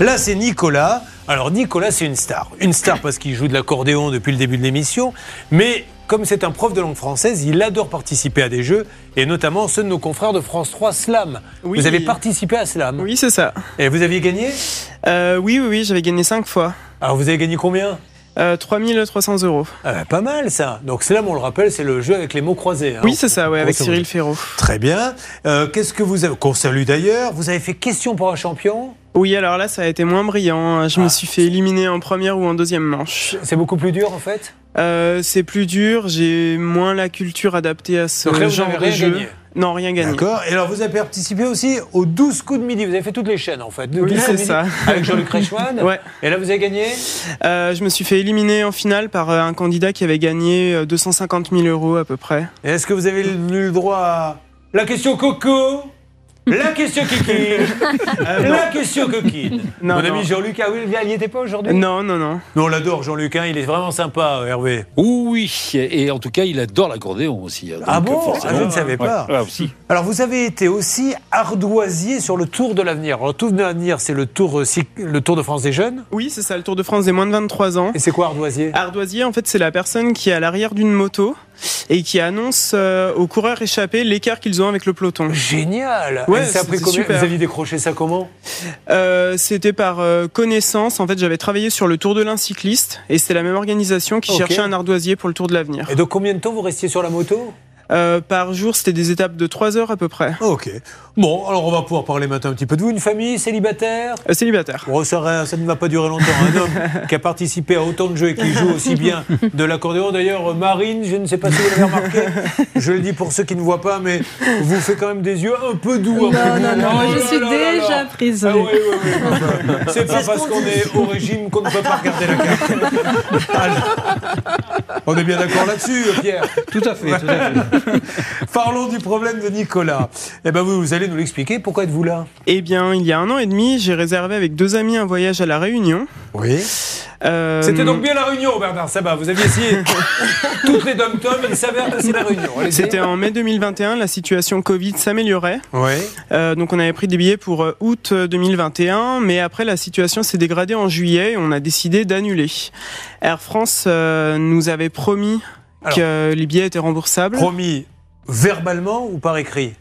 Là, c'est Nicolas. Alors, Nicolas, c'est une star. Une star parce qu'il joue de l'accordéon depuis le début de l'émission. Mais comme c'est un prof de langue française, il adore participer à des jeux, et notamment ceux de nos confrères de France 3 Slam. Oui. Vous avez participé à Slam. Oui, c'est ça. Et vous aviez gagné Euh, oui, oui, oui, j'avais gagné 5 fois. Alors, vous avez gagné combien Euh, 3300 euros. Ah bah, Pas mal, ça. Donc, Slam, on le rappelle, c'est le jeu avec les mots croisés. hein. oui, c'est ça, ouais, avec grosso Cyril modo. Ferraud. Très bien. Euh, Qu'est-ce que vous avez. Qu'on salue d'ailleurs. Vous avez fait question pour un champion Oui, alors là, ça a été moins brillant. hein. Je Ah. me suis fait éliminer en première ou en deuxième manche. C'est beaucoup plus dur, en fait Euh, c'est plus dur, j'ai moins la culture adaptée à ce Donc là, vous genre n'avez de rien jeu. gagné. Non, rien gagné. D'accord. Et alors, vous avez participé aussi aux 12 coups de midi. Vous avez fait toutes les chaînes, en fait. Les 12 Oui, coups de c'est midi ça. Avec Jean-Luc Reichmann. Ouais. Et là, vous avez gagné Euh, je me suis fait éliminer en finale par euh, un candidat qui avait gagné euh, 250 000 euros à peu près. Et Est-ce que vous avez eu le droit à la question coco la question Kiki La question coquine Euh, Non, Mon ami non. Jean-Luc, ah oui, il n'y était pas aujourd'hui Non, non, non. Nous, on l'adore, Jean-Luc, hein, il est vraiment sympa, Hervé. Oui, et en tout cas, il adore l'accordéon aussi. hein, Ah donc, bon forcément. Ah, je ne savais pas. Ouais, ouais, aussi. Alors, vous avez été aussi ardoisier sur le Tour de l'avenir. Alors, le Tour de l'avenir, c'est le tour, euh, cyc- le tour de France des jeunes. Oui, c'est ça, le Tour de France des moins de 23 ans. Et c'est quoi ardoisier Ardoisier, en fait, c'est la personne qui est à l'arrière d'une moto et qui annonce euh, aux coureurs échappés l'écart qu'ils ont avec le peloton. Génial Ouais, Et ça a pris c'était combien super. Vous aviez décroché ça comment Euh, C'était par euh, connaissance. En fait, j'avais travaillé sur le Tour de l'Ain cycliste et c'est la même organisation qui Ok. cherchait un ardoisier pour le Tour de l'avenir. Et de combien de temps vous restiez sur la moto Euh, par jour, c'était des étapes de 3 heures à peu près. Ah, Ok. Bon, alors on va pouvoir parler maintenant un petit peu de vous. Une famille célibataire Euh, célibataire. Bon, ça, va- ça ne va pas durer longtemps. Un homme qui a participé à autant de jeux et qui joue aussi bien de l'accordéon. D'ailleurs, Marine, je ne sais pas si vous l'avez remarqué, je le dis pour ceux qui ne voient pas, mais vous faites quand même des yeux un peu doux. Non, après vous. non, non, Oh moi, je là suis là là déjà là. prise. Ah ouais, ouais, ouais. C'est pas ce parce qu'on qu'on dit. est au régime qu'on ne peut pas regarder la carte. Alors, on est bien d'accord là-dessus, Pierre. Tout à fait, tout à fait. Parlons du problème de Nicolas. Eh ben, vous, vous allez nous l'expliquer. Pourquoi êtes-vous là Eh bien, il y a un an et demi, j'ai réservé avec deux amis un voyage à La Réunion. Oui. Euh, C'était donc bien la réunion, Bernard Sabat. Vous aviez essayé toutes les dom-toms, il s'avère que c'est la réunion. Allez-y. C'était en mai 2021, la situation Covid s'améliorait. Oui. Euh, donc on avait pris des billets pour euh, août 2021, mais après la situation s'est dégradée en juillet et on a décidé d'annuler. Air France euh, nous avait promis Alors. que les billets étaient remboursables. Promis verbalement ou par écrit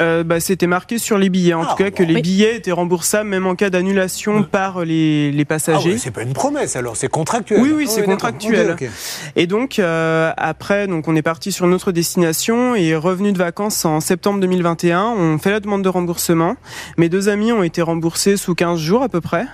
Euh, bah, C'était marqué sur les billets, en Ah, tout cas, que bon. Euh. les Oui. billets étaient remboursables même en cas d'annulation par les, les ah passagers. ouais, C'est pas une promesse alors, c'est contractuel. Oui, oui, Ah c'est ouais, d'accord. contractuel. Ok, ok. Et donc euh, après, donc on est parti sur notre destination et revenu de vacances en septembre 2021, on fait la demande de remboursement. Mes deux amis ont été remboursés sous 15 jours à peu près.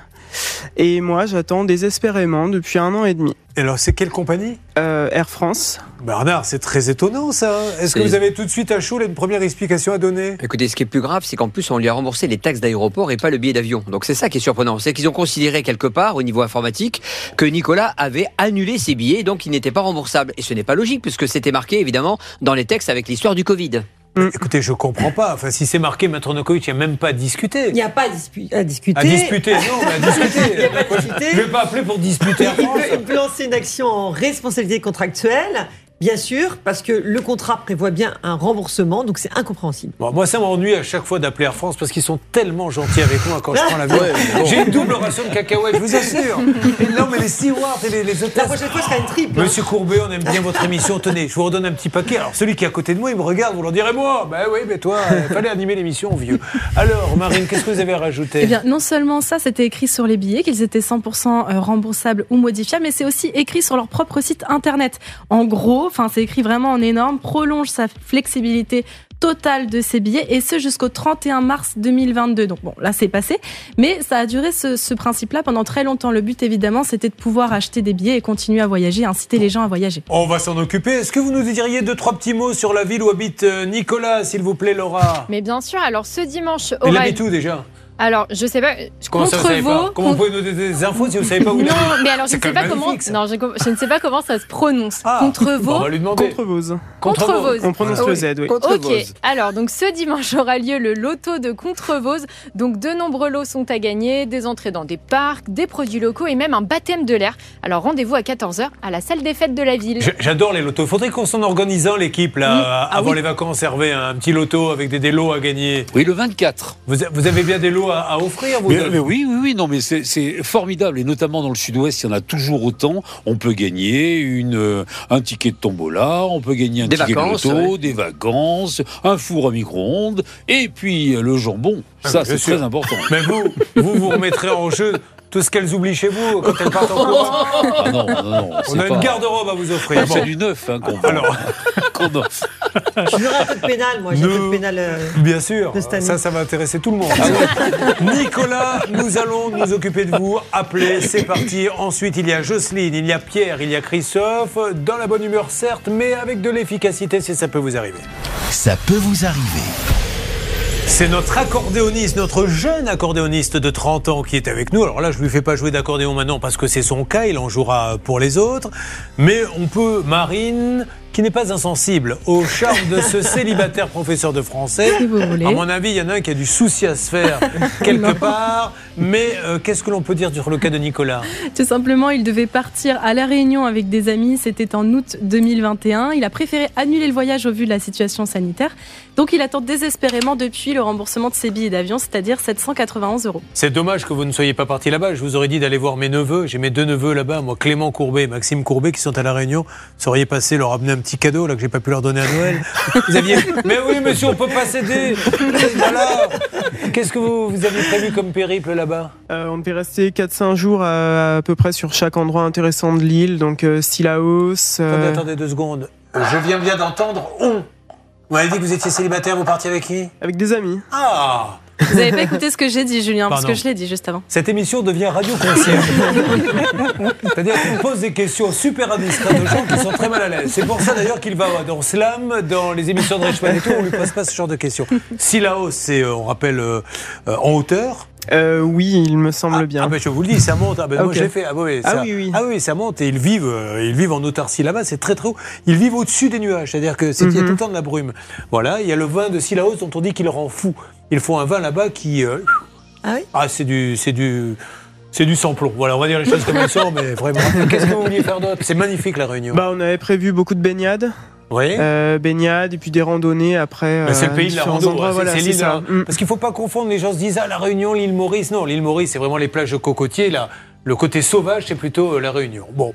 Et moi, j'attends désespérément depuis un an et demi. Et alors, c'est quelle compagnie Euh, Air France. Bernard, c'est très étonnant ça. Est-ce que C'est- vous avez tout de suite à chaud là, une première explication à donner Écoutez, ce qui est plus grave, c'est qu'en plus, on lui a remboursé les taxes d'aéroport et pas le billet d'avion. Donc c'est ça qui est surprenant. C'est qu'ils ont considéré quelque part, au niveau informatique, que Nicolas avait annulé ses billets, donc il n'était pas remboursable. Et ce n'est pas logique, puisque c'était marqué, évidemment, dans les textes avec l'histoire du Covid. Écoutez, je comprends pas. Enfin, si c'est marqué Matronokovic, il n'y a même pas à discuter. Il n'y a pas à, dispu- à discuter. À disputer, non, mais à discuter. Il n'y a pas à discuter. Je vais pas appeler pour disputer à Il France. peut, il peut lancer une action en responsabilité contractuelle, bien sûr, parce que le contrat prévoit bien un remboursement, donc c'est incompréhensible. Bon, moi, ça m'ennuie à chaque fois d'appeler Air France parce qu'ils sont tellement gentils avec moi quand je prends l'avion. J'ai une double ration de cacahuètes, je vous assure. Et non, mais les stewards et les, les La hôtesses. prochaine fois, ce sera une triple. hein. Monsieur Courbet, on aime bien votre émission. Tenez, je vous redonne un petit paquet. Alors, celui qui est à côté de moi, il me regarde, vous leur direz moi. Ben oui, mais toi, euh, fallait animer l'émission, vieux. Alors, Marine, qu'est-ce que vous avez rajouté Eh bien, non seulement ça, c'était écrit sur les billets qu'ils étaient 100% euh, remboursables ou modifiables, mais c'est aussi écrit sur leur propre site internet. En gros, enfin, c'est écrit vraiment en énorme, prolonge sa flexibilité totale de ces billets et ce jusqu'au 31 mars 2022. Donc bon, là c'est passé, mais ça a duré ce, ce principe-là pendant très longtemps. Le but évidemment, c'était de pouvoir acheter des billets et continuer à voyager, inciter les gens à voyager. On va s'en occuper. Est-ce que vous nous diriez deux, trois petits mots sur la ville où habite euh, Nicolas, s'il vous plaît, Laura Mais bien sûr, alors ce dimanche Il aura. habite où déjà Alors, je sais pas. Comment ça, vous contre savez pas vos. Comment vous pouvez nous donner des infos si vous savez pas où il Non, habite mais alors je C'est ne quand sais pas même comment. magnifique, ça. Non, je, je ne sais pas comment ça se prononce. Ah, contre Bon, On vos. va lui demander. Contre Vose. Contre Vos. On Ah prononce le Z, oui. Ok, alors donc ce dimanche aura lieu le loto de Contrevose. Donc de nombreux lots sont à gagner, des entrées dans des parcs, des produits locaux et même un baptême de l'air. Alors rendez-vous à 14h à la salle des fêtes de la ville. J- J'adore les lotos. Faudrait qu'on s'en organise un, l'équipe, euh, Ah là, avant les vacances, Hervé, un petit loto avec des, des lots à gagner. Oui, le 24. Vous, a- vous avez bien des lots à, à offrir. Vos Mais, amis. mais oui, oui, oui, non, mais c'est- c'est formidable. Et notamment dans le sud-ouest, il y en a toujours autant. On peut gagner une, euh, un ticket de tombola, on peut gagner un Des ticket vacances, de loto, ouais. des vacances, un four à micro-ondes, et puis euh, le jambon. Ah, Ça, bien c'est sûr. très important. Mais vous, vous vous remettrez en jeu tout ce qu'elles oublient chez vous quand elles partent en course. Ah non, non, non, On c'est a pas- une garde-robe à vous offrir. C'est Bon. du neuf hein, qu'on Alors, qu'on offre. Je veux un peu de pénal, moi. J'ai un peu Nous- de pénal. euh, bien sûr, De cette année. ça, ça va intéresser tout le monde. Ah Nicolas, nous allons nous occuper de vous. Appelez, c'est parti. Ensuite, il y a Jocelyne, il y a Pierre, il y a Christophe. Dans la bonne humeur, certes, mais avec de l'efficacité si ça peut vous arriver. Ça peut vous arriver. C'est notre accordéoniste, notre jeune accordéoniste de 30 ans qui est avec nous. Alors là, je lui fais pas jouer d'accordéon maintenant parce que c'est son cas, il en jouera pour les autres. Mais on peut, Marine, qui n'est pas insensible au charme de ce célibataire professeur de français. Si vous voulez. À mon avis, il y en a un qui a du souci à se faire quelque part. Mais euh, qu'est-ce que l'on peut dire sur le cas de Nicolas Tout simplement, il devait partir à La Réunion avec des amis. C'était en août 2021. Il a préféré annuler le voyage au vu de la situation sanitaire. Donc, il attend désespérément depuis le remboursement de ses billets d'avion, c'est-à-dire 791 euros. C'est dommage que vous ne soyez pas parti là-bas. Je vous aurais dit d'aller voir mes neveux. J'ai mes deux neveux là-bas, moi, Clément Courbet et Maxime Courbet, qui sont à La Réunion. Vous auriez passé leur amener un petit cadeau, là, que j'ai pas pu leur donner à Noël. Vous aviez, mais oui, monsieur, on peut pas s'aider. Voilà. Qu'est-ce que vous, vous aviez prévu comme périple là-bas? Euh, on devait rester 4-5 jours à, à peu près sur chaque endroit intéressant de l'île, donc euh, Sillaos. euh, Attendez, attendez deux secondes. Je viens bien d'entendre on. Vous m'avez dit que vous étiez célibataire, vous partiez avec qui? avec des amis. Ah! Vous n'avez pas écouté ce que j'ai dit, Julien, parce Pardon. que je l'ai dit juste avant. Cette émission devient radio concierge. C'est-à-dire qu'on pose des questions super indiscrètes aux gens qui sont très mal à l'aise. C'est pour ça d'ailleurs qu'il va dans Slam, dans les émissions de Richman et tout, on lui pose pas ce genre de questions. Si la hausse, c'est, euh, on rappelle, euh, euh, en hauteur. Euh, oui, il me semble ah, bien. ah, ben, je vous le dis, ça monte. Ah, ben, moi, Ok. j'ai fait. Ah, oui, Ah ça, oui, oui. ah oui, ça monte et ils vivent, euh, ils vivent en autarcie là-bas, c'est très très haut. Ils vivent au-dessus des nuages, c'est-à-dire que c'est il y a Mhm. tout le temps de la brume. Voilà, il y a le vin de Sillaos dont on dit qu'il rend fou. Ils font un vin là-bas qui. euh, Ah oui Ah, c'est du. C'est du c'est du sans plomb. Voilà, on va dire les choses comme elles sont, mais vraiment. Qu'est-ce que vous vouliez faire d'autre C'est magnifique la réunion. Bah, on avait prévu beaucoup de baignades, vous voyez euh, baignades et puis des randonnées après. Ben, c'est le euh, pays de la différents rando, endroits, hein, c'est- voilà, c'est c'est l'île. ça. hein. Mm. Parce qu'il faut pas confondre, les gens se disent Ah, la Réunion, l'île Maurice. Non, l'île Maurice, c'est vraiment les plages de cocotiers. Là. Le côté sauvage, c'est plutôt euh, la Réunion. Bon.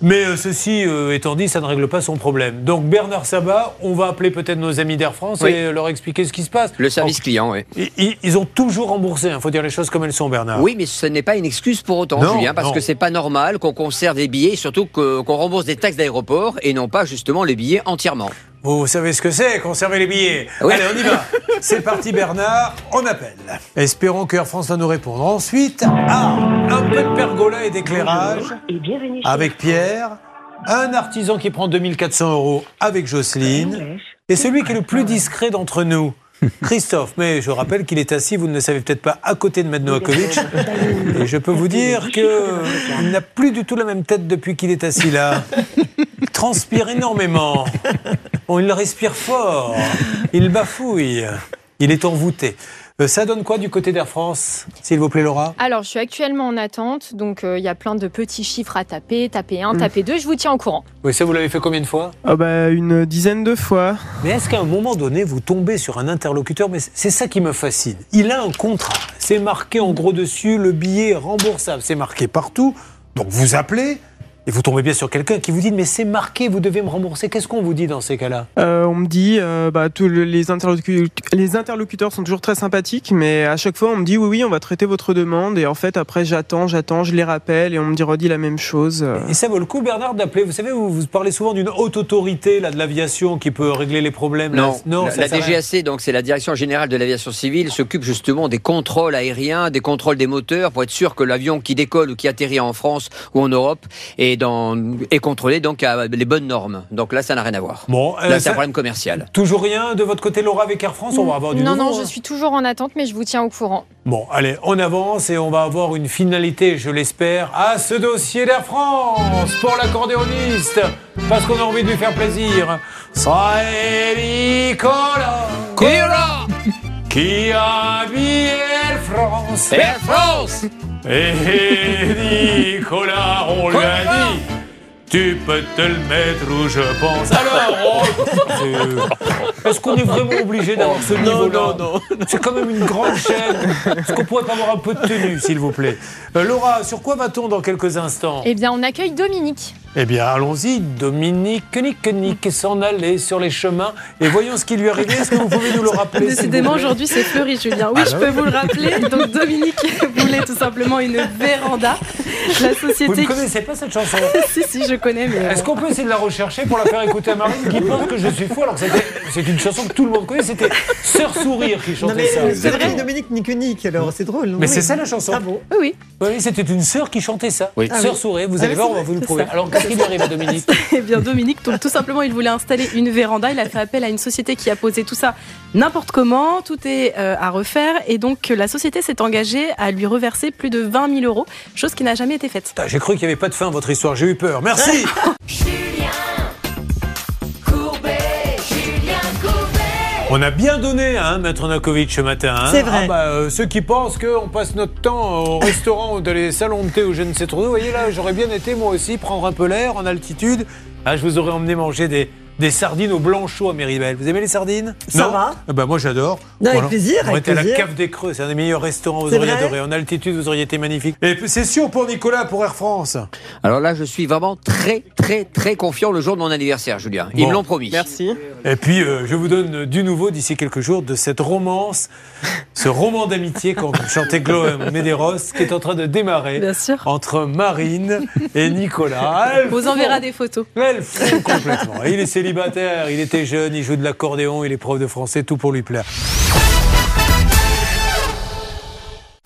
Mais euh, ceci euh, étant dit, ça ne règle pas son problème. Donc Bernard Sabat, on va appeler peut-être nos amis d'Air France Oui. et euh, leur expliquer ce qui se passe. Le service Donc, client, oui. i- i- ils, ont toujours remboursé, il faut dire les choses comme elles sont, Bernard. Oui, mais ce n'est pas une excuse pour autant, Ah. Non, Julien, parce non. que c'est pas normal qu'on conserve des billets, et surtout que- qu'on rembourse des taxes d'aéroport et non pas justement les billets entièrement. Vous savez ce que c'est, conserver les billets. Oui. Allez, on y va. C'est parti, Bernard. On appelle. Espérons que Air France va nous répondre. Ensuite, ah, un peu de pergola et d'éclairage avec Pierre. Un artisan qui prend 2400 euros avec Jocelyne. Et celui qui est le plus discret d'entre nous, Christophe. Mais je rappelle qu'il est assis, vous ne le savez peut-être pas, à côté de Maître Novakovic. Et je peux vous dire qu'il n'a plus du tout la même tête depuis qu'il est assis là. Il transpire énormément. Bon, il respire fort. Il bafouille. Il est envoûté. Euh, Ça donne quoi du côté d'Air France, s'il vous plaît, Laura Alors, je suis actuellement en attente, donc euh, il y a plein de petits chiffres à taper, taper Hmm. 1, taper 2, je vous tiens au courant. Oui, ça, vous l'avez fait combien de fois Ah bah, une dizaine de fois. Mais est-ce qu'à un moment donné, vous tombez sur un interlocuteur Mais c'est ça qui me fascine. Il a un contrat. C'est marqué en gros dessus, le billet est remboursable. C'est marqué partout. Donc vous appelez et vous tombez bien sur quelqu'un qui vous dit Mais c'est marqué, vous devez me rembourser. Qu'est-ce qu'on vous dit dans ces cas-là Euh, on me dit, euh, bah, tous le- les, interlocu- les interlocuteurs sont toujours très sympathiques, mais à chaque fois on me dit oui, oui, on va traiter votre demande, et en fait après j'attends, j'attends, je les rappelle, et on me dit redit la même chose. euh. Et ça vaut le coup, Bernard, d'appeler. Vous savez, vous, vous parlez souvent d'une haute autorité là, de l'aviation qui peut régler les problèmes. là. Non, la, ça la s'arrête. DGAC, donc c'est la Direction Générale de l'Aviation Civile, s'occupe justement des contrôles aériens, des contrôles des moteurs pour être sûr que l'avion qui décolle ou qui atterrit en France ou en Europe est, dans, est contrôlé donc à les bonnes normes. Donc là, ça n'a rien à voir. Bon, euh, Là, c'est ça- un problème commercial. toujours rien de votre côté, Laura, avec Air France. On va avoir du non, nouveau, non, je hein. suis toujours en attente, mais je vous tiens au courant. Bon, allez, on avance et on va avoir une finalité, je l'espère, à ce dossier d'Air France pour l'accordéoniste, parce qu'on a envie de lui faire plaisir. C'est Nicolas qui a habillé Air France. France Et Nicolas, on lui a dit Tu peux te le mettre où je pense. Alors, oh, est-ce qu'on est vraiment obligé d'avoir ce Non, niveau-là non, non. C'est quand même une grande chaîne. Est-ce qu'on pourrait pas avoir un peu de tenue, s'il vous plaît Euh, Laura, sur quoi va-t-on dans quelques instants Eh bien, on accueille Dominique. Eh bien, allons-y. Dominique, nique, nique, s'en aller sur les chemins et voyons ce qui lui est arrivé. Est-ce que vous pouvez nous le rappeler s'il vous Décidément, plaît aujourd'hui, c'est fleuri, Julien. Ah, Oui, je bah peux vous le rappeler. Donc, Dominique voulait tout simplement une véranda. La Vous société. ne qui- connaissez pas cette chanson Si, si, je connais, mais. euh, Est-ce qu'on peut essayer de la rechercher pour la faire écouter à Marine qui pense que je suis fou alors que c'était- c'est une chanson que tout le monde connaît, c'était Sœur Sourire qui Non, chantait mais ça. euh, c'est vrai, Dominique nique nique, alors c'est drôle. non Mais c'est Oui. ça la chanson. Ah bon Oui, oui. Oui, c'était une sœur qui chantait ça. Oui. Sœur Sourire, vous Ah allez oui, voir, c'est on va vrai, vous le c'est prouver. ça. Alors qu'est-ce qui lui arrive à Dominique Eh bien, Dominique, donc tout simplement, il voulait installer une véranda. Il a fait appel à une société qui a posé tout ça n'importe comment. Tout est euh, à refaire. Et donc, la société s'est engagée à lui reverser plus de 20 000 euros, chose qui n'a jamais été faite. Putain, J'ai cru qu'il n'y avait pas de fin à votre histoire, j'ai eu peur. Merci On a bien donné, hein, Maître Nakovic, ce matin. hein. C'est vrai. Ah bah, euh, ceux qui pensent qu'on passe notre temps euh, au restaurant ou dans les salons de thé ou je ne sais trop où, vous voyez là, j'aurais bien été moi aussi prendre un peu l'air en altitude. Ah, je vous aurais emmené manger des, des sardines au blanchot à Méribel. Vous aimez les sardines Ça Non va. Eh ben, Moi, j'adore. Non, avec plaisir, On avec était à la plaisir. cave des Creux, c'est un des meilleurs restaurants, vous C'est auriez vrai adoré. En altitude, vous auriez été magnifique. Et puis, c'est sûr pour Nicolas, pour Air France. Alors là, je suis vraiment très, très, très confiant le jour de mon anniversaire, Julien. Ils Bon. me l'ont promis. Merci. Et puis, euh, je vous donne du nouveau d'ici quelques jours de cette romance, ce roman d'amitié qu'on chantait Gloem Medeiros, qui est en train de démarrer Bien sûr. entre Marine et Nicolas. Elle On vous enverra des photos. elle fond complètement. Il est célibataire, il était jeune, il joue de l'accordéon, il est prof de français, tout pour lui plaire.